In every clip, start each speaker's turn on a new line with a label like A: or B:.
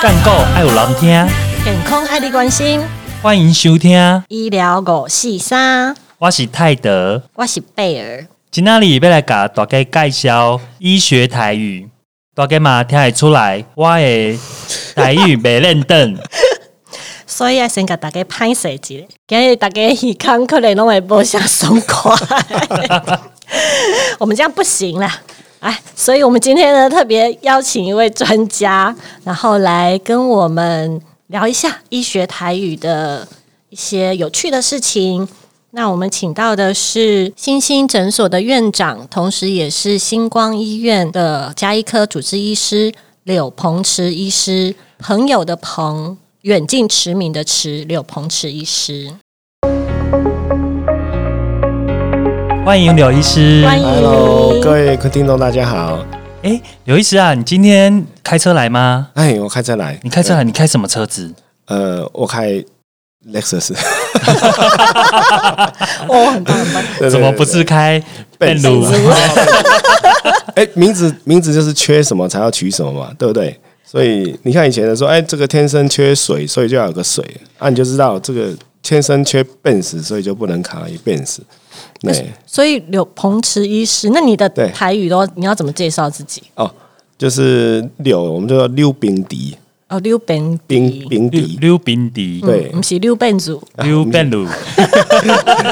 A: 干够爱有人听，
B: 健康爱的关心，
A: 欢迎收听，
B: 医疗五四三，
A: 我是泰德。
B: 我是贝尔。
A: 今天里要来甲大家介绍医学台语，大家嘛听会出来，我的台语袂认得。
B: 所以啊，先给大家拍摄一下，今日大家耳康可能拢会无啥爽快。我们这样不行啦，哎，所以我们今天呢特别邀请一位专家，然后来跟我们聊一下医学台语的一些有趣的事情。那我们请到的是新兴诊所的院长，同时也是星光医院的加医科主治医师柳鹏池医师，朋友的朋，远近驰名的驰，柳鹏池医师，
A: 欢迎柳医师，
B: 欢迎
C: Hello，各位听众大家好。
A: 哎，柳医师啊，你今天开车来吗？
C: 哎，我开车来，
A: 你开车来，你开什么车子？
C: 呃，我开 Lexus，
B: 哦，很棒很棒，
C: 对
A: 怎么不？是开
C: 笨
A: 奔路？
C: 对对哎，名字名字就是缺什么才要取什么嘛，对不对？所以你看以前人说，哎，这个天生缺水，所以就要有个水，啊，你就知道这个天生缺 Benz，所以就不能考一 Benz。对，
A: 哎
B: 所以柳鹏池医师，那你的
C: 对
B: 台语都你要怎么介绍自己？
C: 哦，就是六，我们就叫六冰迪，
B: 哦，六本
C: 冰冰
A: 溜
C: 迪，
A: 溜冰迪，
C: 对
B: 我，们是六本组，
A: 溜奔路，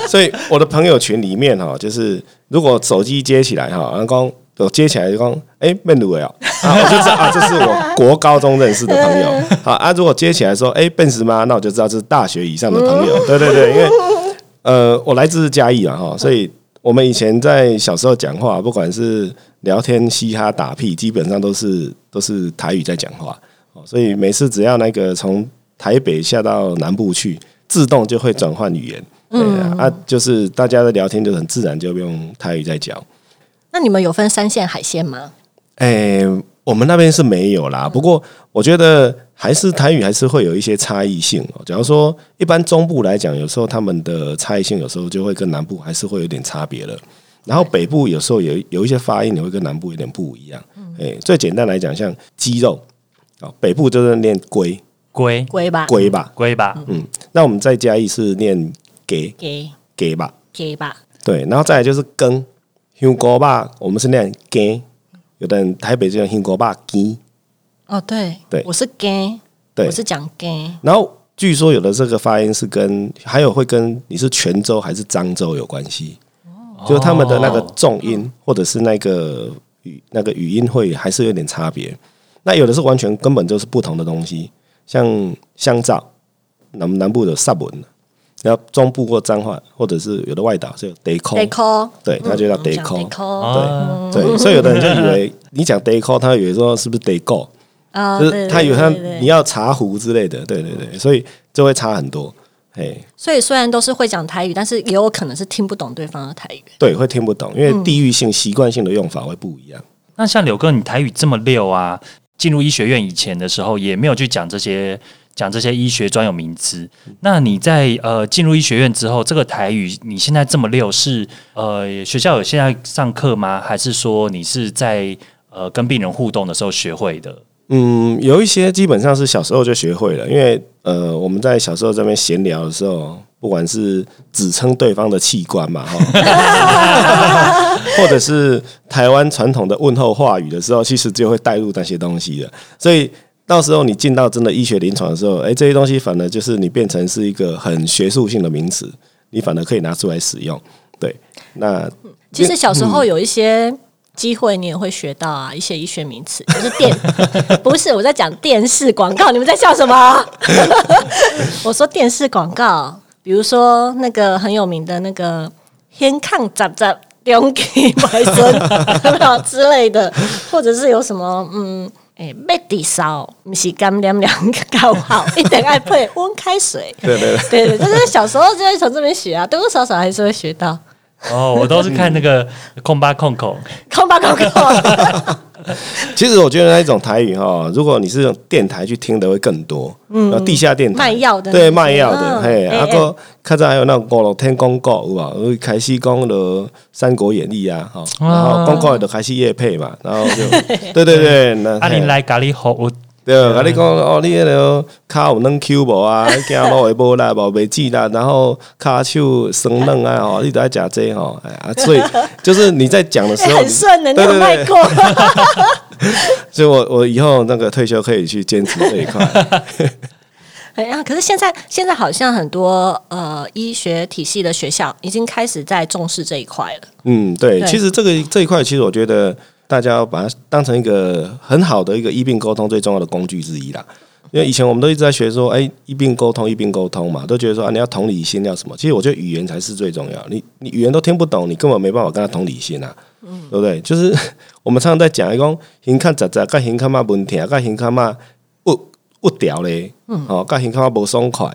C: 所以我的朋友群里面哈，就是如果手机接起来哈，然后刚我接起来就讲，哎、笨鲁伟哦，啊，我就知道啊，这是我国高中认识的朋友。好啊，如果接起来说，哎、笨死吗？那我就知道这是大学以上的朋友。对对对，因为呃，我来自嘉义啊哈，所以我们以前在小时候讲话，不管是聊天、嘻哈、打屁，基本上都是都是台语在讲话。哦所以每次只要那个从台北下到南部去，自动就会转换语言。对啊，啊，就是大家的聊天就很自然，就不用台语在讲。
B: 那你们有分三线海线吗？
C: 哎、我们那边是没有啦，不过我觉得还是台语还是会有一些差异性哦。假如说一般中部来讲，有时候他们的差异性有时候就会跟南部还是会有点差别了。然后北部有时候有有一些发音也会跟南部有点不一样。哎、最简单来讲，像鸡肉，哦，北部就是念龟
A: 龟
B: 龟吧，
C: 龟吧，
A: 龟吧，
C: 嗯，那我们在嘉义是念给
B: 给
C: 给吧，
B: 给吧，
C: 对，然后再来就是羹，香锅吧，我们是那样羹，有的人台北就叫香锅吧羹，
B: 哦，对，
C: 对
B: 我是 gay，
C: 对
B: 我是讲 gay，
C: 然后据说有的这个发音是跟还有会跟你是泉州还是漳州有关系，就是他们的那个重音或者是那个语那个语音会还是有点差别。那有的是完全根本就是不同的东西，像香皂，南南部有萨文，然后中部或彰化或者是有的外岛是有 d e c
B: 得
C: o
B: 扣，
C: 对，它就叫 d e
B: 得
C: c o
B: 扣，
A: 哦，
B: 啊
C: 对对，所以有的人就以 为你讲 day call，他以为说是不是 day go，
B: 啊，
C: 就
B: 对
C: 是他以为
B: 对
C: 他
B: 对对
C: 你要茶壶之类的，对对对，所以就会差很多。哎，
B: 所以虽然都是会讲台语，但是也有可能是听不懂对方的台语。
C: 对，会听不懂，因为
B: 嗯
C: 地域性、习惯性的用法会不一样。
A: 那像柳哥，你台语这么溜啊，进入医学院以前的时候，也没有去讲这些讲这些医学专有名词。那你在呃进入医学院之后，这个台语你现在这么溜是，呃学校有现在上课吗？还是说你是在呃跟病人互动的时候学会的？
C: 嗯，有一些基本上是小时候就学会了，因为呃，我们在小时候这边闲聊的时候，不管是指称对方的器官嘛，哈，或者是台湾传统的问候话语的时候，其实就会带入那些东西的。所以到时候你进到真的医学临床的时候，哎、这些东西反而就是你变成是一个很学术性的名词，你反而可以拿出来使用。对，那
B: 其实小时候有一些机会，你也会学到啊，一些医学名词，就是电， 不是我在讲电视广告，你们在笑什么？ 我说电视广告，比如说那个很有名的那个“天抗杂杂”。用给买身之类的，或者是有什么嗯，哎、麦迪烧，不是干凉凉搞好，一定爱配温开水。
C: 对对对。
B: 对对，就是小时候就会从这边学啊，多多少少还是会学到。
A: 哦，我都是看那个空吧空口，
B: 空吧空口，
C: 其实我觉得那一种台语哈，如果你是用电台去听的会更多，嗯，然后地下电台
B: 卖药的那
C: 对
B: 种
C: 卖药
B: 嗯
C: 的，嘿，
B: 哎
C: 啊个看在还有那种五六天广告有吧？有开始讲了《三国演义》啊，哈，然后广告就开始夜配嘛，然后就对对对，那
A: 阿
C: 嘿
A: 林来咖喱好，我
C: 对，我跟你讲哦，你迄个骹有软 Q 无啊？你行路会无力无袂记啦，然后骹手酸软啊，哦，你都要食这吼、哎呀，所以 就是你在讲的时
B: 哎
C: 候，
B: 很顺的，你
C: 对
B: 有
C: 对
B: 卖
C: 对，
B: 过？
C: 所以我我以后那个退休可以去兼职这一块。
B: 哎呀，可是现在现在好像很多呃医学体系的学校已经开始在重视这一块了。
C: 嗯，对，
B: 对
C: 其实这个这一块，其实我觉得大家要把它当成一个很好的一个医病沟通最重要的工具之一啦。因为以前我们都一直在学说，哎，医病沟通，医病沟通嘛，都觉得说啊，你要同理心，要什么？其实我觉得语言才是最重要。你你语言都听不懂，你根本没办法跟他同理心啊，
B: 嗯
C: 对不对？就是 我们常常在讲，一讲行看杂杂，跟行看嘛问题，跟行看嘛不不屌嘞，
B: 嗯
C: 哦，跟行看嘛不爽快，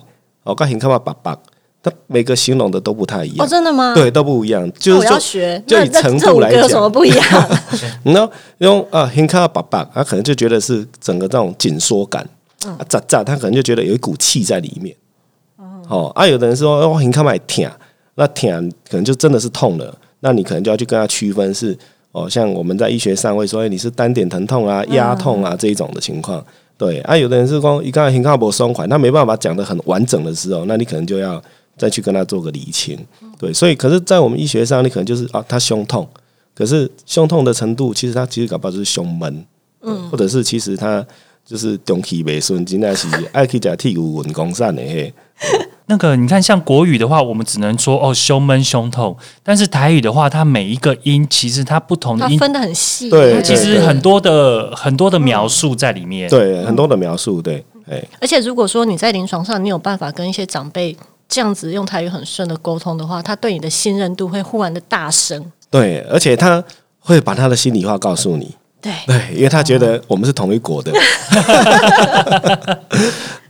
C: 哦，跟行看嘛白白，它每个形容的都不太一
B: 哦，
C: 样，
B: 真的吗？
C: 对，都不一样。
B: 那
C: 就
B: 我
C: 是
B: 要
C: 说。
B: 学，
C: 就
B: 那
C: 以
B: 那
C: 程
B: 这
C: 度
B: 五
C: 来
B: 个有什
C: 讲
B: 么不一样？
C: 那用啊，很看到爸爸，他可能就觉得是整个这种紧缩感，啊，咋咋，他可能就觉得有一股气在里面。哦，啊，有的人说哦，很看买疼，那疼可能就真的是痛了，那你可能就要去跟他区分是哦，像我们在医学上会说，哎，你是单点疼痛啊、压痛啊这一种的情况。对啊，有的人是光一看很看不松快，他没办法讲的很完整的时候，那你可能就要再去跟他做个理清。对，所以可是，在我们医学上，你可能就是啊，他胸痛，可是胸痛的程度，其实它其实搞不好就是胸闷，嗯，或者是其实它就是中气没顺，真的是爱去食剔骨文公散的嘿。
A: 那个你看，像国语的话，我们只能说哦胸闷胸痛，但是台语的话，它每一个音其实它不同
B: 它
A: 的音，
B: 分的很细耶，
C: 对
A: 它其实很多的很多的描述在里面。
C: 对，很多的描述，对，哎，
B: 而且如果说你在临床上，你有办法跟一些长辈这样子用台语很顺的沟通的话，他对你的信任度会忽然的大升。
C: 对，而且他会把他的心里话告诉你，
B: 对，
C: 对，因为他觉得我们是同一国的，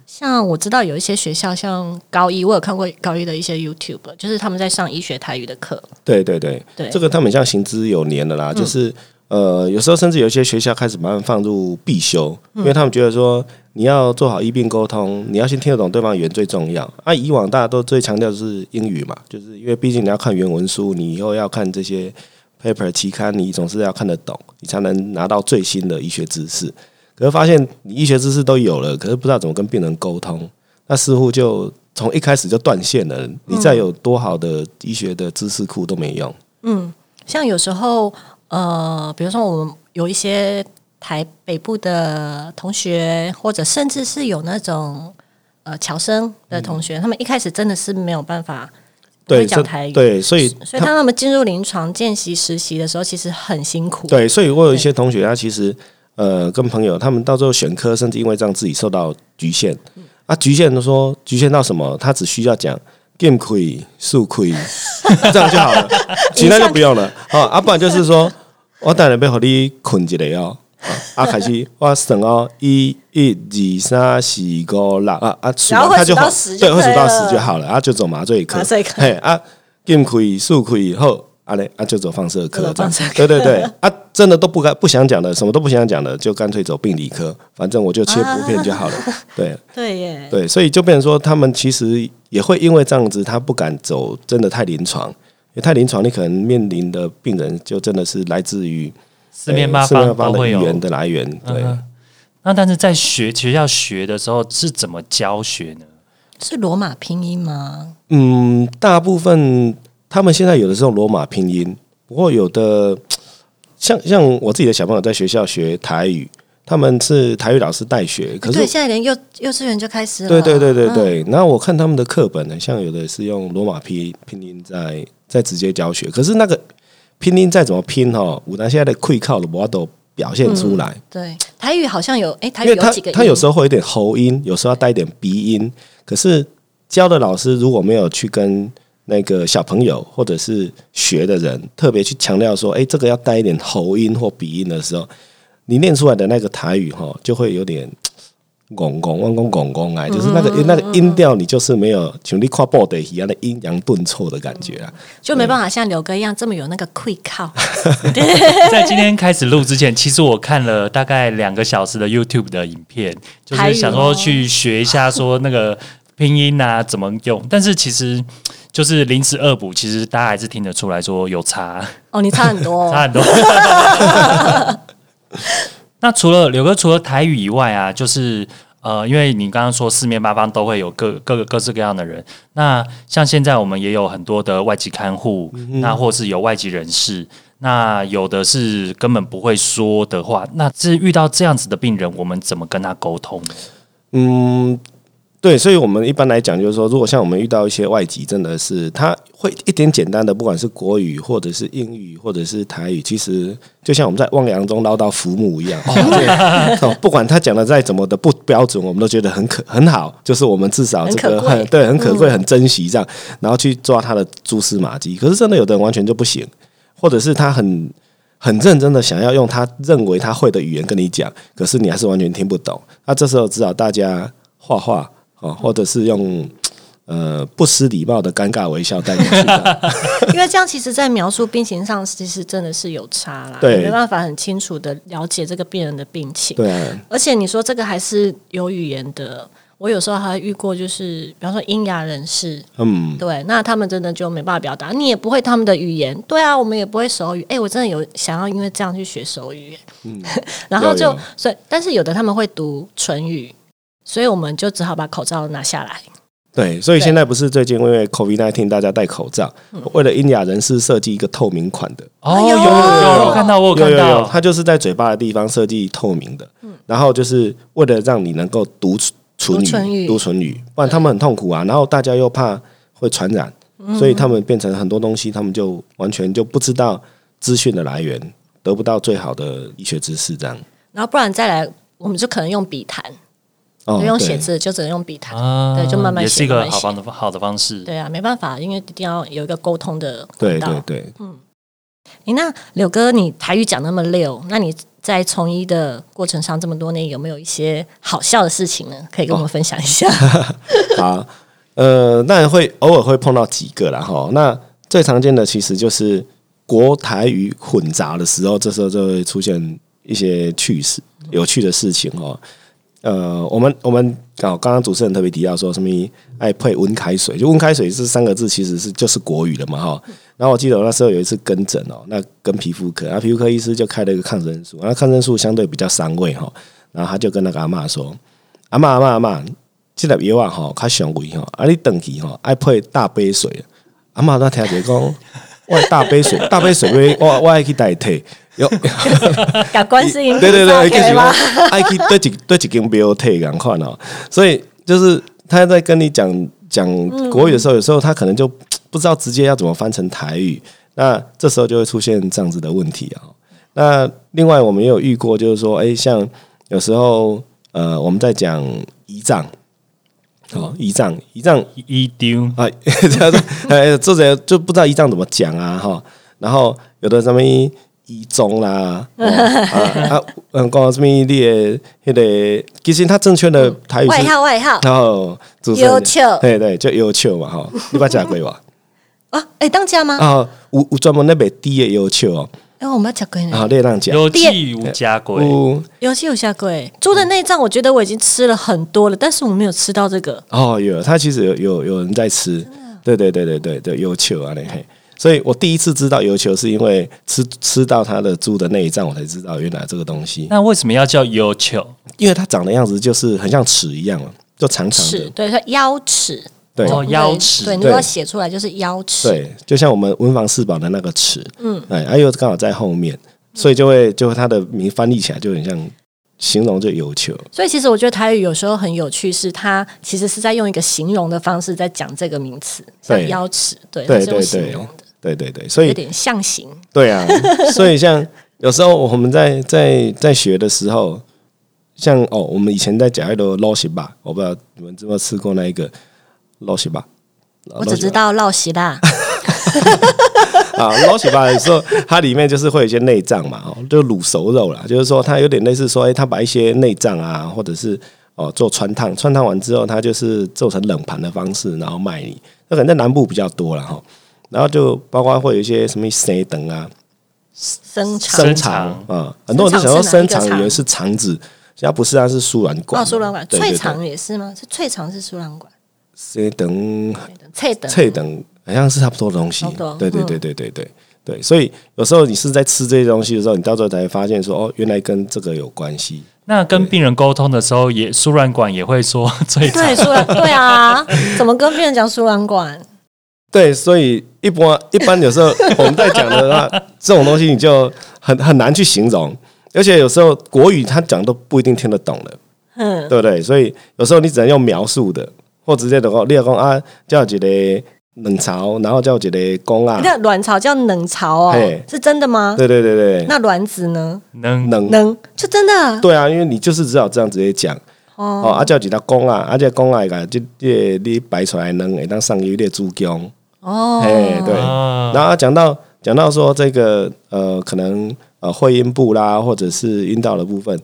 B: 像我知道有一些学校，像高一，我有看过高一的一些 YouTube，就是他们在上医学台语的课。
C: 对对对，
B: 对
C: 这个他们像行之有年的啦，就是呃，有时候甚至有一些学校开始慢慢放入必修，因为他们觉得说你要做好医病沟通，你要先听得懂对方语言最重要。啊，以往大家都最强调的是英语嘛，就是因为毕竟你要看原文书，你以后要看这些 paper 期刊，你总是要看得懂，你才能拿到最新的医学知识。可是发现你医学知识都有了，可是不知道怎么跟病人沟通，那似乎就从一开始就断线了。你
B: 嗯
C: 再有多好的医学的知识库都没用。
B: 像有时候，呃，比如说我们有一些台北部的同学，或者甚至是有那种呃侨生的同学，他们一开始真的是没有办法不
C: 嗯对，
B: 会讲
C: 这
B: 台语，
C: 对，所以
B: 所以当他们进入临床见习实习的时候，其实很辛苦。
C: 对，所以我有一些同学，他其实呃跟朋友，他们到最后选科，甚至因为这样自己受到局限。啊，局限的说局限到什么？他只需要讲 game 可以，数可以， 这样就好了，其他就不用了。好，啊，不然就是说我当然要和你困一个哦。啊，啊开始我算哦，一、一、二、三、四、五、六啊啊，数
B: 然
C: 完
B: 后会
C: 他
B: 数到
C: 好
B: 十就
C: 对，会数
B: 对
C: 到
B: 了
C: 十就好了，啊，就走麻醉科，
B: 麻醉科
C: 嘿啊，进可以，数可以后，啊嘞啊就走放射科
B: 就走
C: 这样
B: 放射科
C: 对对对，啊，真的都不该不想讲的，什么都不想讲的，就干脆走病理科，反正我就切补片就 好了。对
B: 对耶，
C: 对，所以就变成说，他们其实也会因为这样子，他不敢走真的太临床，因为太临床，你可能面临的病人就真的是来自于哎
A: 四面八方都
C: 的
A: 会
C: 语
A: 有。
C: 言的来源。对，
A: 嗯那但是在学学校学的时候是怎么教学呢？
B: 是罗马拼音吗？
C: 嗯，大部分他们现在有的是用罗马拼音，不过有的像像我自己的小朋友在学校学台语，他们是台语老师代学，可是
B: 哎对，现啊在连幼幼稚园就开始了。
C: 对对对对
B: 嗯
C: 对。然后我看他们的课本呢，像有的是用罗马拼拼音在在直接教学，可是那个拼音再怎么拼哈，武南现在的溃靠的我都表现出来，
B: 对，台语好像有，哎，台
C: 因
B: 语
C: 为他
B: 有几个音，
C: 他有时候会有点喉音，有时候要带一点鼻音，可是教的老师如果没有去跟那个小朋友或者是学的人特别去强调说，哎、这个要带一点喉音或鼻音的时候，你念出来的那个台语哈，就会有点拱拱弯弓拱拱哎，就是那个、
B: 嗯
C: 那个音调，你就是没有像你跨步的一样的阴阳顿挫的感觉啊。
B: 就没办法像刘哥一样这么有那个 quick 靠。
A: 在今天开始录之前，其实我看了大概两个小时的 YouTube 的影片，就
B: 台
A: 是
B: 语
A: 想
B: 哦
A: 说去学一下说那个拼音啊怎么用，但是其实就是临时恶补，其实大家还是听得出来说有差
B: 哦 哦，你差很多、
A: 差
B: 哦。
A: 很多。 那除了柳哥，除了台语以外啊，就是呃，因为你刚刚说四面八方都会有各各个各式各样的人。那像现在我们也有很多的外籍看护，那或是有外籍人士，那有的是根本不会说的话。那这遇到这样子的病人，我们怎么跟他沟通？
C: 嗯，对，所以我们一般来讲就是说，如果像我们遇到一些外籍，真的是他会一点简单的，不管是国语或者是英语或者是台语，其实就像我们在汪洋中捞到浮木 一样，哦对哦不管他讲的再怎么的不标准，我们都觉得很可很好，就是我们至少这
B: 很
C: 个
B: 可贵嗯
C: 很对很可贵、很珍惜这样，然后去抓他的蛛丝马迹。可是真的有的人完全就不行，或者是他很很认真的想要用他认为他会的语言跟你讲，可是你还是完全听不懂。那这时候只好大家画画哦，或者是用呃不失礼貌的尴尬微笑带过去。
B: 因为这样其实，在描述病情上，其实真的是有差啦，
C: 对
B: 没办法很清楚的了解这个病人的病情。
C: 对啊，
B: 而且你说这个还是有语言的，我有时候还遇过，就是比方说英牙人士，
C: 嗯，
B: 对，那他们真的就没办法表达，你也不会他们的语言，对啊，我们也不会手语。哎、我真的有想要因为这样去学手语耶， 然后
C: 嗯有
B: 就
C: 有
B: 所以，但是有的他们会读唇语，所以我们就只好把口罩拿下来。
C: 对，所以
B: 对
C: 现在不是最近因为 COVID 1 9大家戴口罩，为了英雅人士设计一个透明款的，
A: 哦，有
B: 有
A: 有有看到，我有
C: 有
A: 看
C: 有
A: 到，
C: 有，它就是在嘴巴的地方设计透明的，
B: 嗯
C: 然后就是为了让你能够读唇
B: 读唇语
C: 语，读唇语，不然他们很痛苦啊。然后大家又怕会传染，
B: 嗯
C: 所以他们变成很多东西，他们就完全就不知道资讯的来源，得不到最好的医学知识，这样。
B: 然后不然再来，我们就可能用笔谈，
C: 哦
B: 不用写
C: 对
B: 字，就只能用笔谈。
A: 啊
B: 对就慢慢
A: 也
B: 写
A: 是一个
B: 慢慢
A: 好
B: 写
A: 方的好的方式。
B: 对啊，没办法，因为一定要有一个沟通的管
C: 对
B: 道。
C: 对对，
B: 诶那柳哥，你台语讲那么溜，那你在从医的过程上这么多年，有没有一些好笑的事情呢？可以
C: 哦
B: 跟我们分享一 下？
C: 好，呃，那会偶尔会碰到几个啦哈。那最常见的其实就是国台语混杂的时候，这时候就会出现一些趣事、有趣的事情哦。呃，我们我们哦，刚刚主持人特别提到说什么爱配温开水，就温开水这三个字其实是就是国语的嘛哈。然后我记得我那时候有一次跟诊哦，那跟皮肤科，然后皮肤科医师就开了一个抗生素，那抗生素相对比较伤胃哈，然后他就跟那个阿嬷说：“阿嬷阿嬷阿嬷，即粒药啊吼，较上胃吼，啊你回去吼爱配大杯水。阿嬷那听者讲，我的大杯水，大杯水要我我爱去代替。有
B: 感观世音菩萨
C: 对对对，就是
B: 给
C: 讲
B: 吗？
C: 爱去对一对一间庙体赶快哦。所以就是他在跟你讲讲
B: 嗯
C: 国语的时候，有时候他可能就不知道直接要怎么翻成台语，那这时候就会出现这样子的问题啊、那另外我们也有遇过，就是说，哎、像有时候呃，我们在讲胰脏。哦，胰脏，胰脏
A: 一丢
C: 啊，这样子哎，作者就不知道胰脏怎么讲啊，哈。然后有的什么胰中啦，哦啊啊，嗯，讲什么你的那个，其实它正确的台语
B: 外
C: 是，
B: 号外号
C: 然后主持人
B: 优秀
C: 对对，就优秀嘛，哈，你把讲过吧？
B: 啊！哎，当家吗？
C: 啊，有有专门那边低的优秀哦，
B: 哎，我们要讲鬼
C: 然
B: 呢，
C: 后列让讲，
A: 有记无家规，
C: 有
B: 尤其有下鬼猪的内脏，我觉得我已经吃了很多了，但是我没有吃到这个。
C: 哦，有，它其实有有有人在吃，对对对对对对，油球啊那嘿。所以我第一次知道油球是因为吃吃到它的猪的内脏，我才知道原来这个东西，
A: 那为什么要叫有球？
C: 因为它长的样子就是很像尺一样嘛，就长长
B: 齿
C: 的，
B: 对，说腰齿，
C: 对
A: 哦腰齿
B: 对，你
C: 对
B: 如果写出来就是腰齿。
C: 对，就像我们文房四宝的那个尺，嗯，哎，啊又刚好在后面，
B: 嗯
C: 所以就会就它的名翻译起来就很像形容就油球，
B: 所以其实我觉得台语有时候很有趣，是它其实是在用一个形容的方式在讲这个名词，像
C: 对
B: 腰齿，对，它
C: 对
B: 哎是用
C: 对
B: 形
C: 对
B: 容的，
C: 对对对，所以
B: 有点象形。
C: 对啊，所以像有时候我们在在在学的时候，像哦，我们以前在讲那个 l o s 吧，我不知道你们知不知道吃过那一个 l o s 吧。
B: 我只知道绕席啦，
C: 啊 l o s 吧的时候，它里面就是会有一些内脏嘛，哦，就卤熟肉啦，就是说它有点类似说，哎、它把一些内脏啊，或者是哦做穿烫，穿烫完之后，它就是做成冷盘的方式，然后卖你。那可能在南部比较多了哈，哦然后就包括会有一些什么生等啊，
B: 生肠
C: 生肠啊，很多人就想说生肠以为是肠子，其实它不是，它是输卵管。
B: 哦，输卵管，
C: 对
B: 脆。
C: 对
B: 肠
C: 对
B: 也是吗？是脆肠是输卵管，
C: 生等
B: 对的脆的，
C: 脆等好像是差不多的东西
B: 差不多。嗯
C: 对对对对对对对，所以有时候你是在吃这些东西的时候，你到时候才发现说，哦，原来跟这个有关系。
A: 那跟病人沟通的时候也，输卵管也会说 最惨
B: 对，输 卵对啊，怎么跟病人讲输卵管？
C: 对，所以一般一般有时候我们在讲 的话，这种东西你就很很难去形容，而且有时候国语他讲都不一定听得懂了。
B: 嗯，
C: 对不对？所以有时候你只能用描述的，或直接的讲，例如讲啊，叫一个冷潮，然后叫一个公啊，
B: 那卵巢叫冷巢哦
C: 嘿，
B: 是真的吗？
C: 对对对对，
B: 那卵子呢？
A: 能
C: 冷，
B: 能就真的
C: 对啊，因为你就是只好这样直接讲哦，
B: 哦
C: 啊叫几条公啊，啊这公啊个就这你摆出来能会当上有列猪公，
B: 哦，
C: 嘿对
A: 啊
C: 然后讲到讲到说这个呃，可能呃会阴部啦，或者是阴道的部分，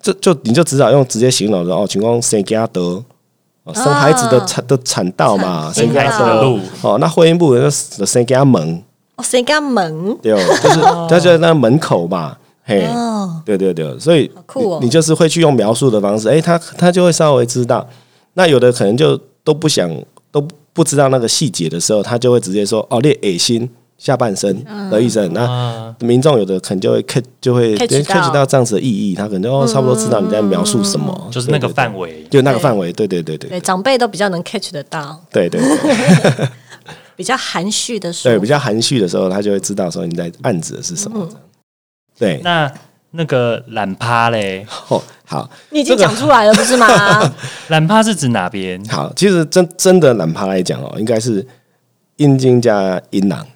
C: 这就你就只好用直接形容的哦，情况生给他得，哦生孩子的
B: 啊
C: 产的产道嘛，
B: 产
C: 生
A: 新
B: 阴
C: 给
A: 开
C: 他
A: 始
B: 道
A: 的
C: 得。
A: 路，
C: 哦，那会阴部就生给他门，
B: 哦，谁敢门？
C: 对，哦就是他就在那门口嘛，嘿。
B: 哦，
C: 对对对，所以
B: 好酷哦
C: 你你就是会去用描述的方式，哎、他他就会稍微知道。那有的可能就都不想都不知道那个细节的时候，他就会直接说哦，列恶心下半身的意思。那
A: 啊，
C: 民众有的可能就会 catch 就会
B: catch
C: 就
B: 到
C: catch 到这样子的意义，他可能就哦差不多知道你在描述什么，
A: 就是那个
C: 对对对
A: 范围。
C: 就那个范围，对对对
B: 对，
C: 对
B: 长辈都比较能 catch 得到，
C: 对对对
B: 比较含蓄的说
C: 对，，比较含蓄的时候，他就会知道说你在暗指的是什么。对，
A: 那那个懒趴嘞，
C: 哦，好，
B: 你已经讲出来了，不是 吗？
A: 懒趴是指哪边？
C: 好，其实真真的懒趴来讲哦，应该是阴茎加阴囊，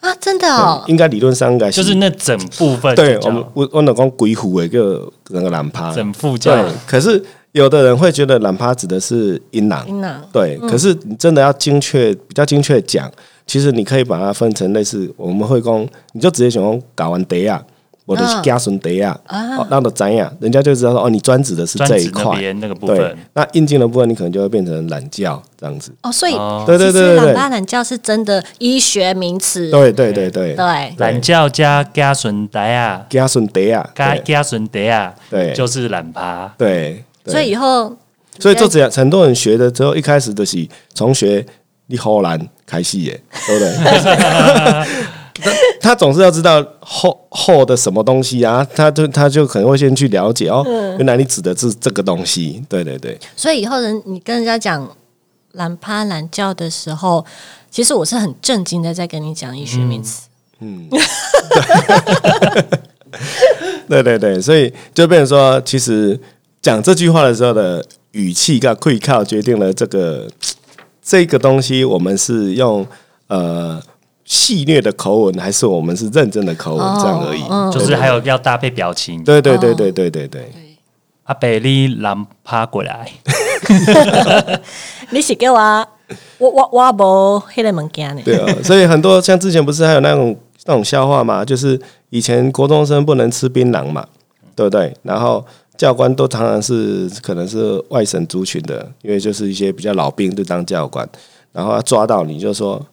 B: 啊，真的哦
C: 对，应该理论上应该
A: 就是那整部分就
C: 对
A: 叫，啊
C: 我们我我老公鬼虎的一个那个懒趴，
A: 整副叫
C: 对。可是有的人会觉得懒趴指的是阴囊，
B: 阴囊
C: 对。可是你真的要精确，比较精确地讲，其实你可以把它分成类似，我们会讲，你就直接想讲搞完得啊，或者是加顺得啊，哦，那都怎样，人家就知道说哦，你专指的是
A: 专
C: 这一
A: 指那
C: 块。
A: 边那个部
C: 对
A: 分，，
C: 那阴茎的部分，你可能就会变成懒觉这样子。
B: 哦，所以
A: 哦
C: 对
B: 其
C: 对
B: 实
C: 对对
B: 懒
C: 对
B: 爸懒觉是真的医学名词，
C: 对对对对，
B: 对
A: 懒觉加加顺达啊，
C: 加顺德啊，
A: 加
C: 对
A: 加顺达啊，
C: 对
A: 就是懒趴。
C: 对，对
B: 所以以后
C: 所以就这样，很多人学的之后，一开始就是从学你荷兰开始耶，对 不对？他他总是要知道后后的什么东西啊，他就他就可能会先去了解哦，原来你指的是这个东西，对对对，
B: 所以以后人你跟人家讲懒趴懒觉的时候，其实我是很震惊的在跟你讲医学名词。
C: 嗯对对对，所以就变成说，其实讲这句话的时候的语气跟会靠决定了这个这个东西，我们是用呃戏谑的口吻，还是我们是认真的口吻，这样而已。
A: 就是还有要搭配表情，
C: 对对对对对对对，
A: 阿北你懒趴过来，
B: 你是给我啊，我我我无黑个物件 呢。
C: 对啊，所以很多像之前不是还有那种那种笑话嘛，就是以前国中生不能吃槟榔嘛，
B: 嗯
C: 对不对？然后教官都常常是可能是外省族群的，因为就是一些比较老兵就当教官，然后他抓到你就说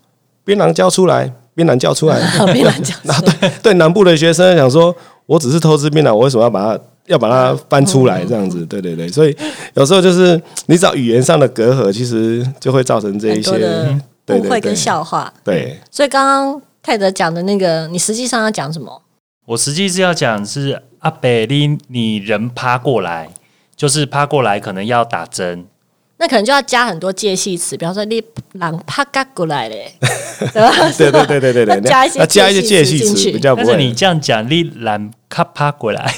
C: 槟榔交出来，槟榔交出来。
B: 被懒觉说
C: 对南部的学生想说，我只是偷吃槟榔，我为什么要把它要把它搬出 来这样子？对对对，所以有时候就是你找语言上的隔阂，其实就会造成这一
B: 很
C: 些
B: 多的
C: 对
B: 误
C: 对
B: 会
C: 对
B: 跟笑话。
C: 对。
B: 所以刚刚泰德讲的那个，你实际上要讲什么？
A: 我实际是要讲是阿北你你人趴过来，就是趴过来可能要打针，
B: 那可能就要加很多介系词，比方说你狼啪嘎过来 嘞，对吧？
C: 对对对对对
B: 要
C: 对，
B: 加一些
C: 要加一些
B: 介
C: 介
B: 系
C: 系
B: 词进
C: 词
B: 去
C: 比较不
A: 但是你
C: 会。
A: 这样讲你懒咔趴过来，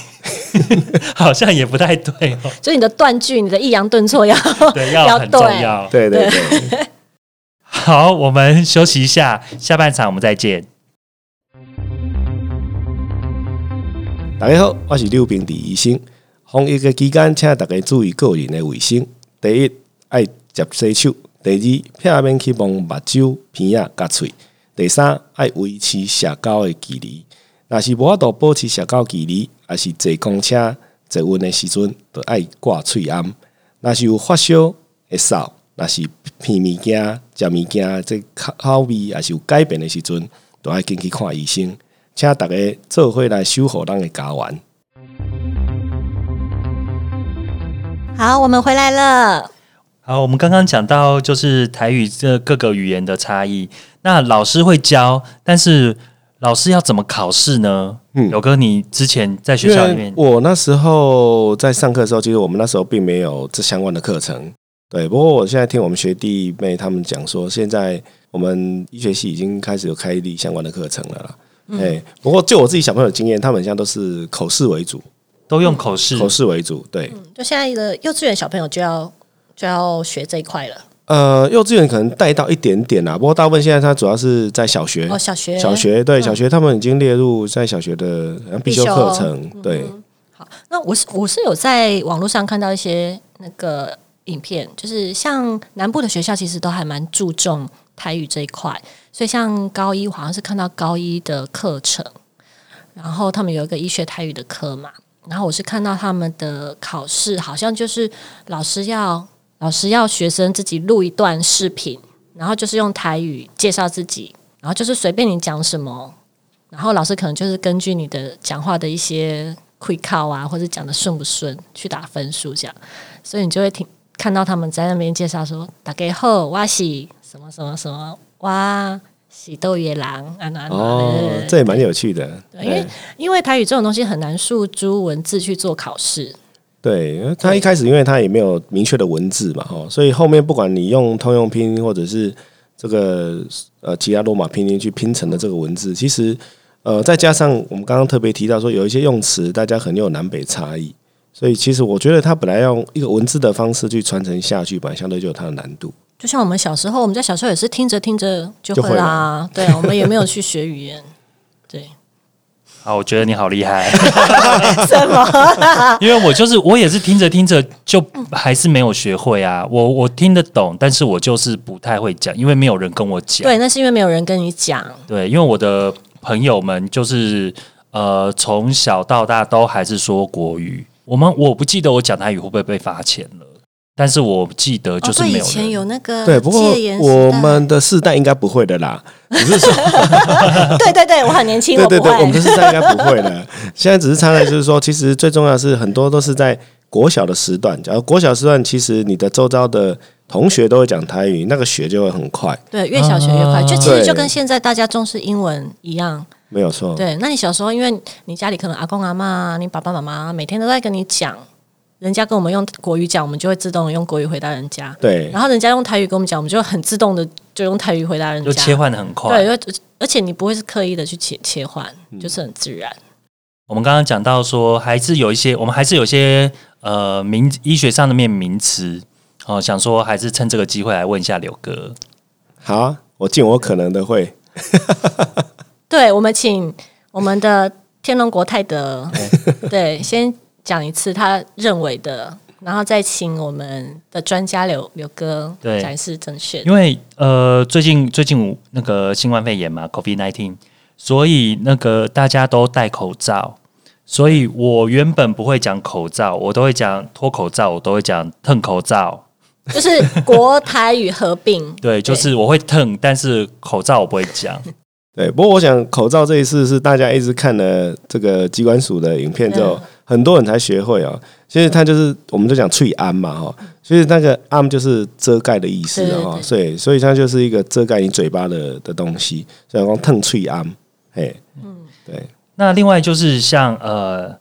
A: 好像也不太对 哦。
B: 所以你的断句、你的抑扬顿挫要
A: 对，要
B: 要
A: 很重
B: 对
A: 要。
C: 对对对，
A: 好，我们休息一下，下半场我们再见。
C: 大家好，我是刘平第医生。防疫的期间，请大家注意个人的卫生。第一，爱接洗手；第二，避免去摸目睭、鼻啊、甲喙；第三，爱维持社交的距离。若是无法度保持社交距离，也是坐公车、坐运的时阵，都爱挂喙暗。若是有发烧、会嗽，若是偏物件、食物件，这口口味也是有改变的时阵，都爱紧去看医生。请大家做伙来守护咱的家园。
B: 好。我们回来了，
A: 好，我们刚刚讲到就是台语这各个语言的差异，那老师会教，但是老师要怎么考试呢？
C: 嗯
A: 友哥，你之前在学
C: 因
A: 校里
C: 为
A: 面，
C: 我那时候在上课的时候，其实我们那时候并没有这相关的课程。对，不过我现在听我们学弟妹他们讲说，现在我们医学系已经开始有开立相关的课程了啦。
B: 嗯
C: 哎、不过就我自己小朋友的经验，他们现在都是口试为主，
A: 都用口
B: 嗯
A: 试，
C: 口试为主。对，
B: 就现在的幼稚园小朋友就要就要学这一块了。
C: 呃，幼稚园可能带到一点点啦，不过大部分现在他主要是在小学。
B: 哦，小学
C: 小学对小学，他们已经列入在小学的呃必修
B: 必修
C: 课程。对，
B: 好，那我是我是有在网络上看到一些那个影片，就是像南部的学校其实都还蛮注重台语这一块，所以像高一我好像是看到高一的课程，然后他们有一个医学台语的科嘛，然后我是看到他们的考试好像就是老师要老师要学生自己录一段视频，然后就是用台语介绍自己，然后就是随便你讲什么。然后老师可能就是根据你的讲话的一些 quick call 啊，或者讲的顺不顺去打分数这样，所以你就会听看到他们在那边介绍说打给后哇喜什么什么什么哇喜豆野狼啊啊啊，对
C: 哦
B: 对，对
C: 这也蛮有趣的。
B: 对因为因为台语这种东西很难诉诸文字去做考试，
C: 对，因为他一开始因为他也没有明确的文字嘛，哈，所以后面不管你用通用拼音或者是这个呃其他罗马拼音去拼成的这个文字，其实呃再加上我们刚刚特别提到说有一些用词大家很有南北差异，所以其实我觉得它本来用一个文字的方式去传承下去，本来相对就有它的难度。
B: 就像我们小时候，我们在小时候也是听着听着就
C: 就
B: 会
C: 会了
B: 啦，对啊，我们也没有去学语言，对，
A: 好，啊我觉得你好厉害，
B: 什 么？
A: 因为我就是我也是听着听着就还是没有学会啊，我我听得懂，但是我就是不太会讲，因为没有人跟我讲。
B: 对，那是因为没有人跟你讲，
A: 对，因为我的朋友们就是呃，从小到大都还是说国语。我们我不记得我讲台语会不会被罚钱了，但是我记得就
B: 哦，
A: 是
B: 对，
A: 没
B: 以
A: 有
B: 前
A: 人。
B: 有那个
C: 对，不过
B: 戒严时
C: 我
B: 代
C: 们的世代应该不会的啦，只是说
B: 对对对，我很年轻，
C: 对对
B: 不
C: 对，我
B: 会
C: 们的世代应该不会的。 现在只是差在就是说，其实最重要的是很多都是在国小的时段，假如国小时段，其实你的周遭的同学都会讲台语，那个学就会很快，
B: 对，越小学越快，
A: 啊
B: 就其实
C: 对嗯
B: 就跟现在大家重视英文一样。
C: 没有错。
B: 对，那你小时候，因为你家里可能阿公阿妈、你爸爸妈妈每天都在跟你讲，人家跟我们用国语讲，我们就会自动地用国语回答人家；
C: 对
B: 然后人家用台语跟我们讲，我们就很自动的就用台语回答人
A: 就
B: 家。
A: 切换的很快。
B: 对，而而且你不会是刻意的去切切换，
C: 嗯
B: 就是很自然。
A: 我们刚刚讲到说，还是有一些，我们还是有一些呃名医学上的面名词哦、想说还是趁这个机会来问一下柳哥。
C: 好啊、我尽我可能的会。
B: 对，我们请我们的天龙国泰德， 对，先讲一次他认为的，然后再请我们的专家刘刘哥
A: 对
B: 讲一次正确的。
A: 因为呃，最近最近那个新冠肺炎嘛，COVID nineteen，所以那个大家都戴口罩，所以我原本不会讲口罩，我都会讲脱口罩，我都会讲腾口罩。，
B: 就是国台语合 并
A: 对，就是我会腾，但是口罩我不会讲。
C: 对，不过我想口罩这一次是大家一直看了这个机关署的影片之后，
B: 嗯
C: 很多人才学会哦。其实它就是我们就讲翠安嘛哈、哦，其实那个安就是遮盖的意思
B: 嗯
C: 哦，
B: 对对对
C: 所以所以它就是一个遮盖你嘴巴的的东西，所以讲腾翠安，嘿，对。
A: 那另外就是像呃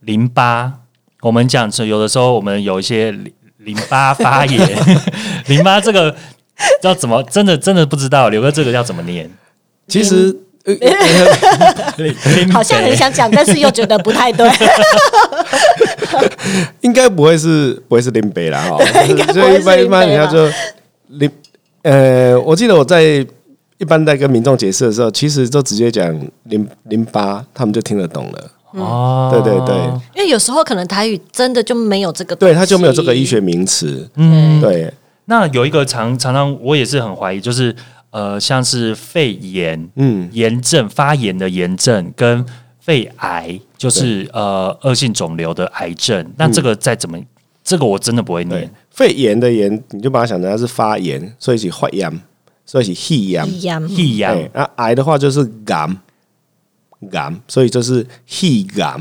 A: 淋巴，我们讲是有的时候我们有一些淋淋巴发 炎，淋巴这个要怎么真的真的不知道，刘哥这个要怎么念？
C: 其实，呃呃
A: 淋
B: 好像
A: 北
B: 很想讲，但是又觉得不太 对。
C: 应该不会是不会是林北啦，哈，
B: 对 应该不会
C: 所以一般
B: 是林北吧
C: 一般人家就林，呃，我记得我在一般在跟民众解释的时候，其实就直接讲淋淋巴，他们就听得懂了。
A: 哦
C: 对对对，
B: 因为有时候可能台语真的就没有这个东西，
C: 对，他就没有这个医学名词。
A: 嗯，
C: 对，
A: 那有一个常常常我也是很怀疑，就是呃，像是肺炎、
C: 嗯，
A: 炎症、发炎的炎症跟肺癌，就是呃恶性肿瘤的癌症。
B: 嗯
A: 那这个再怎么，这个我真的不会
C: 对
A: 念。，
C: 肺炎的炎，你就把它想成它是发炎，所以是发炎，所以是肺炎。
B: 一样。
A: 一样
C: 对，那癌的话就是癌，癌，所以就是肺癌。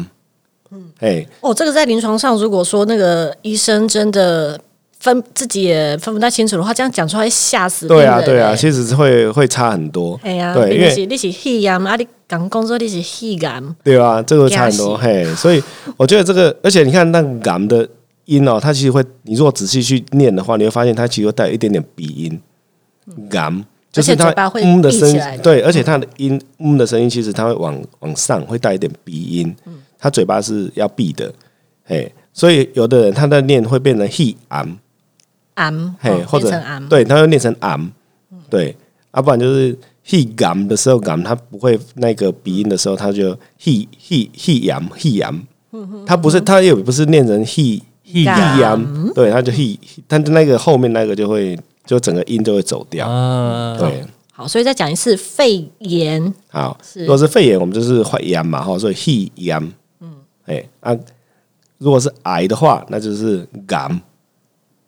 C: 嗯，哎，
B: 哦，这个在临床上，如果说那个医生真的分自己也分不太清楚的话，这样讲出来会吓死病
C: 对
B: 人、
C: 啊，对啊，
B: 欸
C: 其实是会会差很多。
B: 哎呀，
C: 对，因
B: 你
C: 为
B: 是你是戏感，啊，你讲工作你是戏感，
C: 对啊，这个差很多，嘿，所以我觉得这个，而且你看那个 g 的音哦，它其实会，你如果仔细去念的话，你会发现它其实会带一点点鼻音 g 就是
B: 而且
C: 它
B: 嘴巴会
C: 嗯的
B: 闭
C: 声
B: 起
C: 音
B: 来，的
C: 对，而且它的音嗯的声音，其实它会往往上，会带一点鼻音，
B: 嗯
C: 它嘴巴是要闭的，嘿，所以有的人他在念会变成 he am，
B: 安，
C: 嘿，
B: 哦
C: 或者
B: 变成嗯安，
C: 对，它会念成 am，对，要不然就是 he gam 的时候 gam，它不会那个鼻音的时候，它就 he he he am he am，它
B: 嗯
C: 不是它也不是念成 he he
B: gam
C: am，对，它就 he，但是那个后面那个就会就整个音就会走掉，
A: 啊，
C: 对。
B: 好，所以再讲一次，肺炎
C: 好，
B: 是
C: 如果是肺炎，我们就是发炎嘛，哈，所以 he 炎，嗯，哎、啊，如果是癌的话，那就是 gam，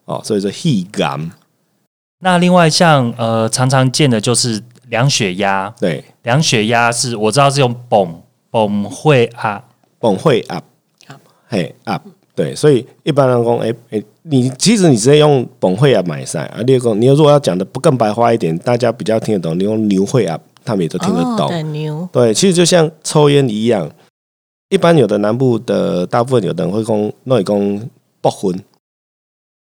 C: 哦，所以说 he gam，
A: 那另外像呃常常见的就是量血压，
C: 对，
A: 量血压是我知道是用泵泵会啊，
C: 崩会 up，
B: 嗯 Up
C: 嘿 up，对，所以一般人讲，哎、哎、你其实你直接用崩会 up 买噻，啊，你讲你如果要讲的不更白话一点，大家比较听得懂，你用牛会 up，他们也都听得
B: 哦
C: 懂，
B: 对牛，
C: 对，其实就像抽烟一样，一般有的南部的大部分有的人会讲，那会讲爆荤，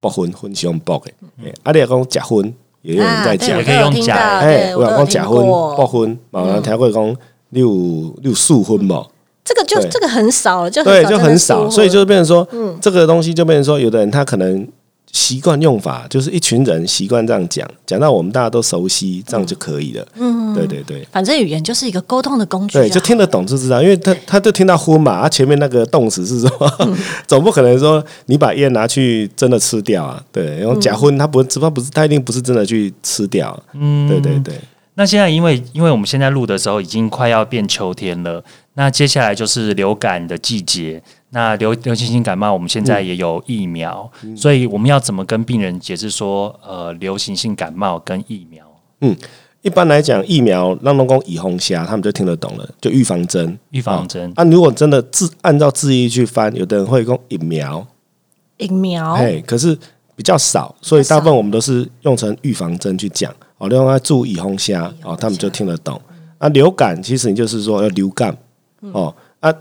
C: 爆荤荤是用爆的，哎啊，你也讲假荤，也有人在
B: 嗯啊对
C: 讲
A: 也
B: 我，
A: 可以
B: 都有
A: 用
B: 听
A: 假
B: 到
C: 哎、
B: 对
C: 我
B: 我
C: 有
B: 都
C: 讲
B: 有
C: 假
B: 听
C: 哦荤、爆
B: 过。嗯
C: 荤，嘛，然后听过讲六六素荤嘛，
B: 这个就
C: 对
B: 这个很少了， 就
C: 对，
B: 少
C: 就
B: 真的
C: 很
B: 是
C: 少，
B: 我
C: 所以就变成说，
B: 嗯
C: 这个东西就变成说，有的人他可能习惯用法，就是一群人习惯这样讲，讲到我们大家都熟悉，这样就可以了。
B: 嗯，
C: 对对对。
B: 反正语言就是一个沟通的工具啊，
C: 对，就听得懂就知道，因为
B: 啊
C: 他他就听到荤嘛，他前面那个动词是说，
B: 嗯
C: 总不可能说你把烟拿去真的吃掉啊，
B: 嗯
C: 对，然后假荤他不他不是他一定不是真的去吃掉啊，
A: 嗯，
C: 对对对，
A: 那现在因为因为我们现在录的时候已经快要变秋天了，那接下来就是流感的季节。那流流行性感冒我们现在也有疫苗，所以我们要怎么跟病人解释说，呃，流行性感冒跟疫苗
C: 一般来讲疫苗让农工以红虾，他们就听得懂了，就预防针
A: 预防针？
C: 啊。如果真的字按照字义去翻，有的人会用疫苗，
B: 疫苗，
C: 嘿，可是比较少，所以
B: 比较
C: 大
B: 少
C: 部分我们都是用成预防针去讲。哦，另外注意红虾哦，他们就听得懂。啊，流感其实你就是说要流感哦啊，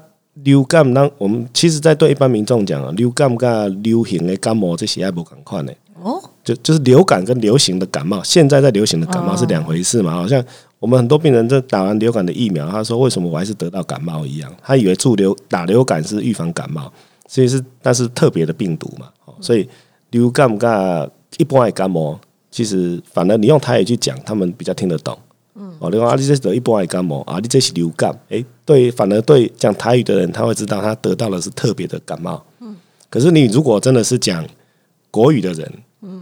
C: 流感那我们其实，在对一般民众讲啊，流感跟流行的感冒这些还不赶快呢。
B: 哦，
C: 就就是流感跟流行的感冒，现在在流行的感冒是两回事嘛？好像我们很多病人在打完流感的疫苗，他说为什么我还是得到感冒一样？他以为注流打流感是预防感冒，所以是但是特别的病毒嘛，哦所以流感跟一般的感冒，其实反而你用台语去讲，他们比较听得懂。哦，你讲啊，你这是得一般的感冒啊，你这是流感，诶、对，反而对讲台语的人，他会知道他得到的是特别的感冒。可是你如果真的是讲国语的人，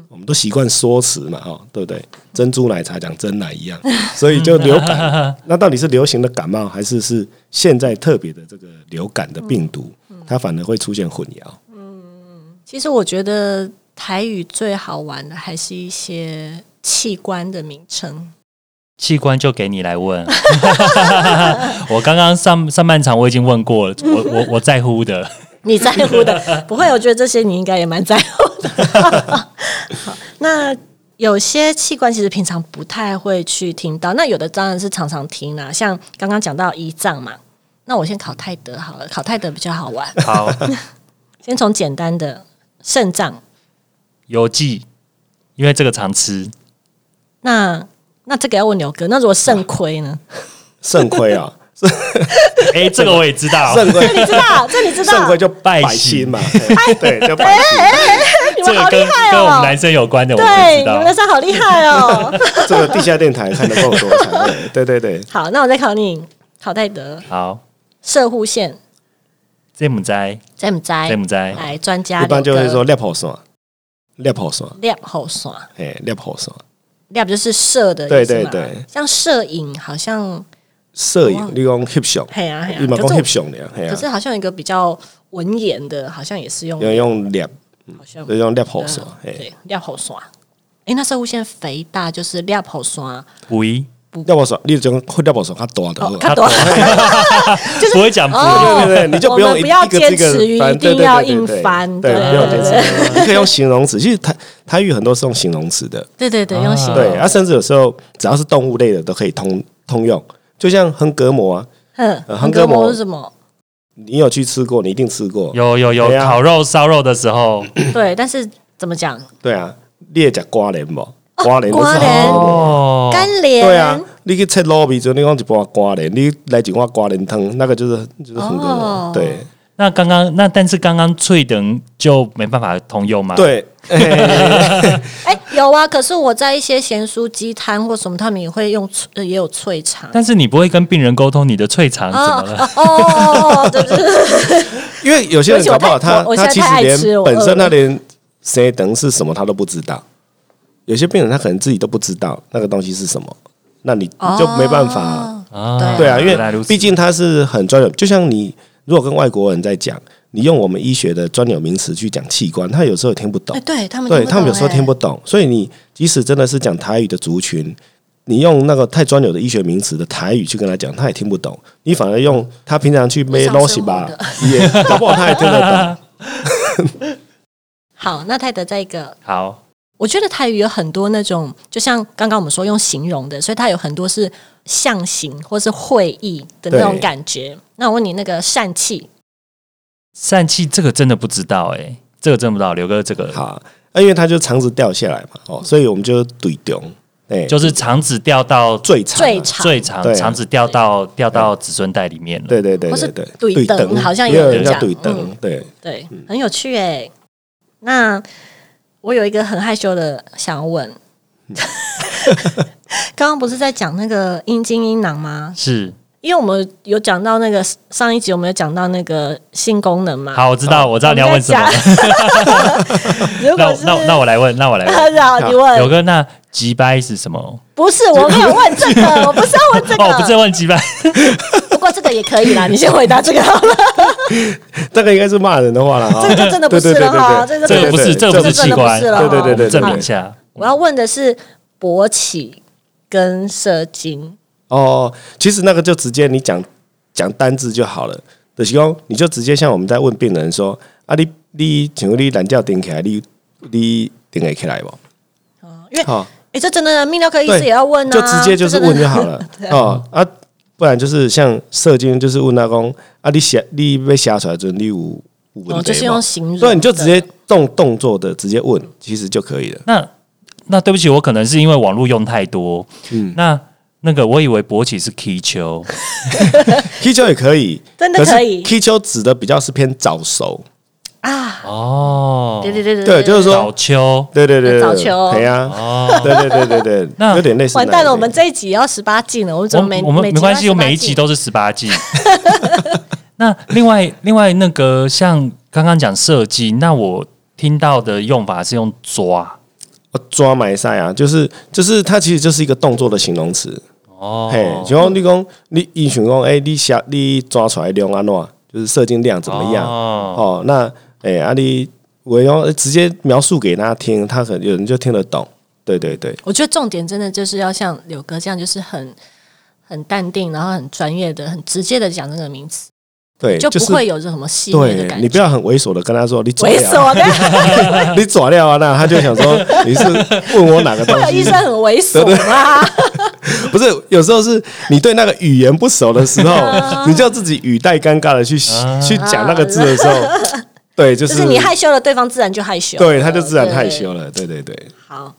C: 我们都习惯缩词嘛，哈，对不对？珍珠奶茶讲真奶一样，所以就流感。那到底是流行的感冒，还是是现在特别的这个流感的病毒？它反而会出现混淆。
B: 其实我觉得台语最好玩的还是一些器官的名称，
A: 器官就给你来问。 我刚刚上上半场我已经问过了，我我我在乎的。
B: 你在乎的不会，我觉得这些你应该也蛮在乎的。好，那有些器官其实平常不太会去听到，那有的当然是常常听啦、像刚刚讲到胰脏嘛，那我先考泰德好了，考泰德比较好玩，
A: 好，
B: 先从简单的肾脏，
A: 邮寄，因为这个常吃。
B: 那那这个要问牛哥，那如果肾亏呢？
C: 肾亏啊，
A: 哎、这个我也知 道，
C: 肾亏，
B: 你知道，这你知
C: 肾
B: 道
C: 亏，就
A: 拜
C: 拜
A: 心
C: 心嘛，对，对就拜心。
B: 你
A: 这
B: 们
A: 个
B: 好厉
A: 跟
B: 害
A: 跟我们
B: 哦！
A: 男生有关的，我也
B: 对，
A: 知
B: 你
A: 道
B: 们。的山好厉害 哦。
C: 这个地下电台看得够多才会，对对对，
B: 好，那我再考你，考泰德
A: 好，
B: 射护线
A: 这母灾，
B: 在不
A: 这
B: 在？
A: 母灾，
B: 来，专家
C: 一般就
B: 刘
C: 会
B: 哥
C: 说裂破爽，裂破爽，
B: 亮后耍，
C: 哎，裂破爽。
B: 亮就是射的
C: 对
B: 意思嘛
C: 对对，
B: 像摄影好像
C: 摄影
B: 哇，
C: 你讲翕相，
B: 哦嘿呀嘿呀啊
C: 你，嘛讲
B: 可
C: 翕
B: 是
C: 相的，嘿
B: 我
C: 啊
B: 可，是好像有一个比较文言的，好像也是用
C: 要用裂，
B: 好像
C: 要用裂破
B: 嗯
C: 爽，嘿。
B: 对亮后耍。哎，那射护线肥大就是亮后耍
A: 五一
C: 廖宝手，你就讲会廖宝手，他多的
B: 哦，，看多就是
A: 不会讲不
B: 哦
C: 对对对，你就
B: 我
C: 不用
B: 们
C: 一
B: 不要
C: 一个这
B: 坚持于
C: 个，反正
B: 一定
C: 对对
B: 要
C: 对对
B: 硬
C: 对
B: 翻
C: 对，
B: 对
C: 不用坚
B: 对
C: 持，你可以用形容词。其实台台语很多是用形容词的，
B: 对对对，
A: 啊
B: 用形容
C: 对，啊，甚至有时候只要是动物类的都可以通通用，就像横膈膜啊，
B: 嗯，
C: 呃
B: 横
C: 横
B: 膈
C: 膈膜
B: 膜是什么？
C: 你有去吃过，你一定吃过，
A: 有有有
C: 对啊
A: 烤肉烧肉的时候，
B: 对，但是怎么讲？
C: 对啊，你也吃瓜莲不？瓜莲都是
B: 哦瓜莲
C: 好的
A: 哦，
B: 干莲
C: 对啊，你去切卤味时候，你讲一包瓜莲，你来一碗瓜莲汤，那个就是就是横膈
B: 哦
C: 膜，对
A: 那刚刚那但是刚刚脆等就没办法通用嘛？，
C: 对，
B: 哎、有啊，可是我在一些咸酥鸡摊或什么，他们也会用脆，呃也有脆肠。
A: 但是你不会跟病人沟通你的脆肠怎么了？
B: 哦哦哦哦，对对对，
C: 因为有些人搞不好他
B: 我现
C: 他
B: 在
C: 其实
B: 太爱吃
C: 连
B: 我
C: 本
B: 饿
C: 身
B: 了
C: 他连谁等是什么他都不知道，有些病人他可能自己都不知道那个东西是什么，那你你就没办法、
B: 哦嗯
A: 啊
C: 对啊，因
A: 原来如
C: 为
A: 此
C: 毕竟他是很专有，就像你如果跟外国人在讲，你用我们医学的专有名词去讲器官，他有时候也听不懂
B: 哎、，对他们
C: 对
B: 听不
C: 他们有
B: 懂
C: 时候
B: 哎
C: 听不懂，所以你即使真的是讲台语的族群，你用那个太专有的医学名词的台语去跟他讲，他也听不懂，你反而用他平常去
B: 日
C: 背
B: 常生活
C: l 西吧
B: 的，
C: 也搞不好他也听得 懂。
B: 好，那泰德再一个，
A: 好，
B: 我觉得泰语有很多那种，就像刚刚我们说用形容的，所以它有很多是象形或是会意的那种
C: 对
B: 感觉。那我问你，那个疝气，
A: 疝气这个真的不知道哎、这个真的不知道，刘哥这个
C: 好，啊那因为他就肠子掉下来嘛，哦，所以我们就怼丢，哎，
A: 就是肠子掉到
C: 最惨
B: 最
C: 啊，
B: 长
A: 最长，
C: 对啊
A: 肠子掉到掉到子孙袋里面了。
C: 对对对
B: 或是
C: 对对，
B: 对
C: 对
B: 灯好像
C: 也
B: 有
C: 有
B: 人
C: 人叫
B: 讲
C: 对
B: 嗯
C: 灯，对，
B: 对，
A: 嗯
B: 很有趣哎、那我有一个很害羞的想要问，
A: 嗯
B: 刚刚不是在讲那个阴茎阴囊吗？
A: 是，
B: 因为我们有讲到那个上一集，我们有讲到那个性功能嘛。
A: 好，我知道，
B: 哦
A: 我知道你要问什么了。
B: 么？如
A: 那
B: 果
A: 我
B: 是
A: 那我那我来问，那我来问。
B: 好你
A: 刘
B: 问
A: 哥，那吉掰是什么？
B: 不是我没有问 这个，我不是要问这
A: 哦，我不是
B: 个。
A: 问吉掰，
B: 不过这个也可以啦，你先回答这个好了。
C: 这个应该是骂人的话了 哈，
B: 这个就真的不是了哈
C: 对
B: 这
C: 对
A: 这个
B: 个
C: 对对对
A: 不是，
C: 对
A: 这个不是
B: 这个真
A: 器
B: 的不
A: 官。
B: 是了
A: 我
C: 对对对
A: 们
C: 对，
A: 证
C: 对
A: 明一
C: 对
A: 下。
B: 我要问的是勃起跟射精，
C: 哦，其实那个就直接你讲讲单字就好了，就是讲你就直接像我们在问病人说啊，你你请问你懒觉顶起来，你你顶得起来不？
B: 因为
C: 好，
B: 哎，这真的泌尿科医师
C: 对
B: 也要问啊，
C: 就直接就是
B: 这真
C: 问
B: 的
C: 就好了哦啊，不然就是像射精就是问他讲啊，你写你被写出来准你有有问
B: 哦，
C: 题
B: 就是
C: 吗
B: 用形容的，
C: 对，你就直接动动作的直接问，其实就可以了。
A: 那那对不起，我可能是因为网络用太多。
C: 嗯
A: 那那个我以为勃起是踢球，
C: 踢球也可以，
B: 真的
C: 可是
B: 可以
C: 踢球指的比较是偏早熟，
B: 啊，
A: 哦
B: 对，对对
C: 对，就是
A: 早
C: 说，
A: 秋
C: 对对对对，
B: 早球
C: 对呀，
A: 哦。
C: 对对对对对，
A: 那
C: 有点类似那
B: 完
C: 一类。
B: 蛋了，我们这一集要十八禁了，我们怎
A: 我
B: 么每
A: 我们
B: 每
A: 没关系，
B: 要
A: 我每一
B: 18禁
A: 集都是十八禁。那另外另外那个像刚刚讲射精，那我听到的用法是用抓
C: 哦抓埋赛啊，就是就是它其实就是一个动作的形容词。
A: 哦
C: 嘿，就像你讲，你英雄讲，哎，你下你抓出来量安怎，就是射精量怎么样？
A: 哦
C: 哦，那哎啊你，我用直接描述给他听，他可能有人就听得懂。对对对，
B: 我觉得重点真的就是要像柳哥这样，就是很很淡定，然后很专业的、很直接的讲这个名词，
C: 对，
B: 就不
C: 是
B: 会有这种什么戏谑的
C: 对
B: 感
C: 你不
B: 觉。
C: 要很猥琐的跟他说你抓
B: 猥
C: 料
B: 琐 的，
C: 啊，你抓料啊，那他就想说你是问我哪个东
B: 医
C: 西
B: 生？很猥琐吗？
C: 不是，有时候是你对那个语言不熟的时
B: 啊
C: 候，你就自己语带尴尬的去去讲那个字的时候，对，就
B: 啊就是是你害羞了，对方自然就害羞了，
C: 对，他就自然害羞
B: 了。
C: 了。对对对，
B: 好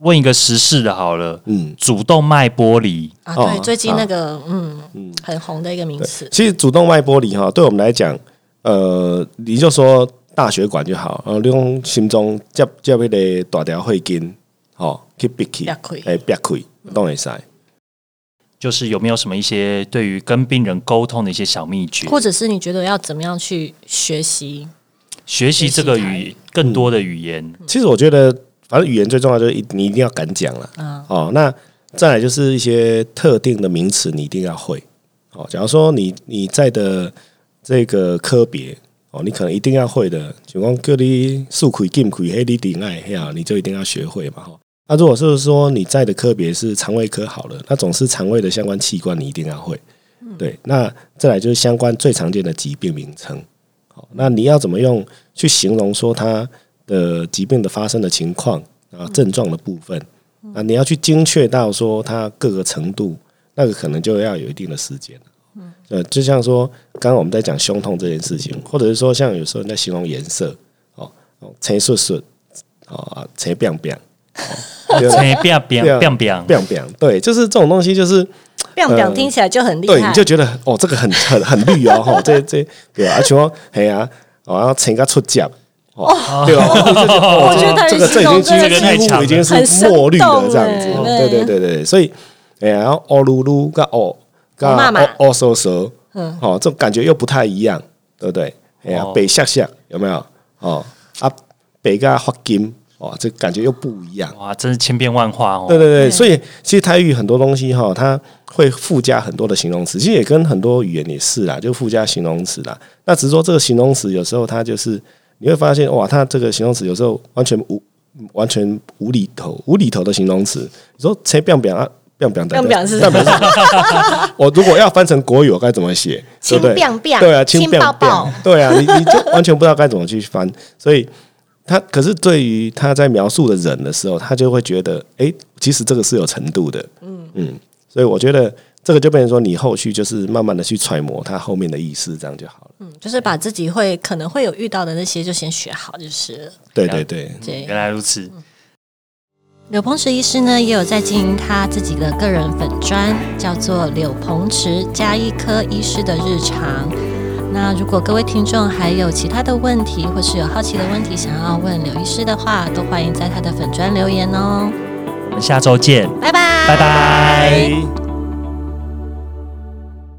A: 问一个时事的好了，
C: 嗯
A: 主动脉剥离
B: 啊，
C: 哦
B: 对，最近
C: 好
B: 那个嗯很红的一个名
C: 对
B: 词，
C: 其实主动脉剥离哈，对我们来讲，呃，你就说大血管就好，哦然后你用心中接接那个大条血筋，哦，去逼去
B: 裂开，
C: 哎，逼开，都会使。
A: 就是有没有什么一些对于跟病人沟通的一些小秘诀？
B: 或者是你觉得要怎么样去学习？
A: 学习这个
B: 学
A: 语更多的语言，
C: 其实我觉得，反正语言最重要就是一你一定要敢讲了。
B: 嗯，
C: 哦，那再来就是一些特定的名词，你一定要会。哦，假如说你你在的这个科别，哦，你可能一定要会的，就讲叫你竖开、进开、黑你顶爱，嘿啊，你就一定要学会嘛。哈、那如果是说你在的科别是肠胃科好了，那总是肠胃的相关器官你一定要会。对，那再来就是相关最常见的疾病名称。好，那你要怎么用去形容说它的疾病的发生的情况啊，症状的部分啊，你要去精确到说它各个程度，那个可能就要有一定的时间。呃，就像说，刚刚我们在讲胸痛这件事情，或者是说，像有时候人在形容颜色，哦，哦，陈顺顺，哦，啊陈变变，哦 对
A: 哎，变变
C: 对啊
A: 变变，
C: 变变，对，就是这种东西，就是
B: 表表
C: 呃
B: 听起来就很厉
C: 对，
B: 害，
C: 你就觉得哦，这个很 很很绿哦，吼，这这对啊，像说嘿啊，哦，然后陈个出甲，哦，对吧？你就觉得
B: 我
C: 哦，
B: 觉得
C: 这个
B: 形
C: 这已
B: 容
C: 经
B: 真
A: 这
B: 的
A: 个
B: 是
A: 太
C: 几
A: 强
C: 乎
A: 了
C: 已经是
B: 很生
C: 墨绿
B: 动
C: 的这样子
B: 欸，
C: 哦
B: 对
C: 对对对对，对所以哎，然后哦噜噜跟哦跟
B: 哦骂骂
C: 哦哦收收，
B: 嗯
C: 哦，这种感觉又不太一样，对不对？哎呀
A: 哦，
C: 北下下有没有？哦啊，北跟发金，哦，这感觉又不一样。
A: 哇，真是千变万化哦。
C: 对对对，所以其实台语很多东西哈，它会附加很多的形容词，其实也跟很多语言也是啦，就附加形容词啦。那只是说这个形容词有时候它就是你会发现哇，它这个形容词有时候完全无完全无厘头，无厘头的形容词。你说谁表表啊？表表
B: 表表是什么
C: 表表？我如果要翻成国语，我该怎么写？对
B: 轻
C: 不对？
B: 便便
C: 对啊，
B: 轻
C: 轻便
B: 抱
C: 便
B: 抱
C: 对啊，你你就完全不知道该怎么去翻，所以他可是对于他在描述的人的时候，他就会觉得，哎、其实这个是有程度的，嗯嗯，所以我觉得这个就变成说，你后续就是慢慢的去揣摩他后面的意思，这样就好了。
B: 嗯就是把自己会可能会有遇到的那些就先学好，就是了
C: 对对对，
B: 对。
A: 原来如此。
B: 柳鹏池医师呢，也有在经营他自己的个人粉砖，叫做柳鹏池加医科医师的日常。那如果各位听众还有其他的问题，或是有好奇的问题想要问柳医师的话，都欢迎在他的粉砖留言哦。
A: 我们下周见，
B: 拜拜，
A: 拜拜。
C: 哎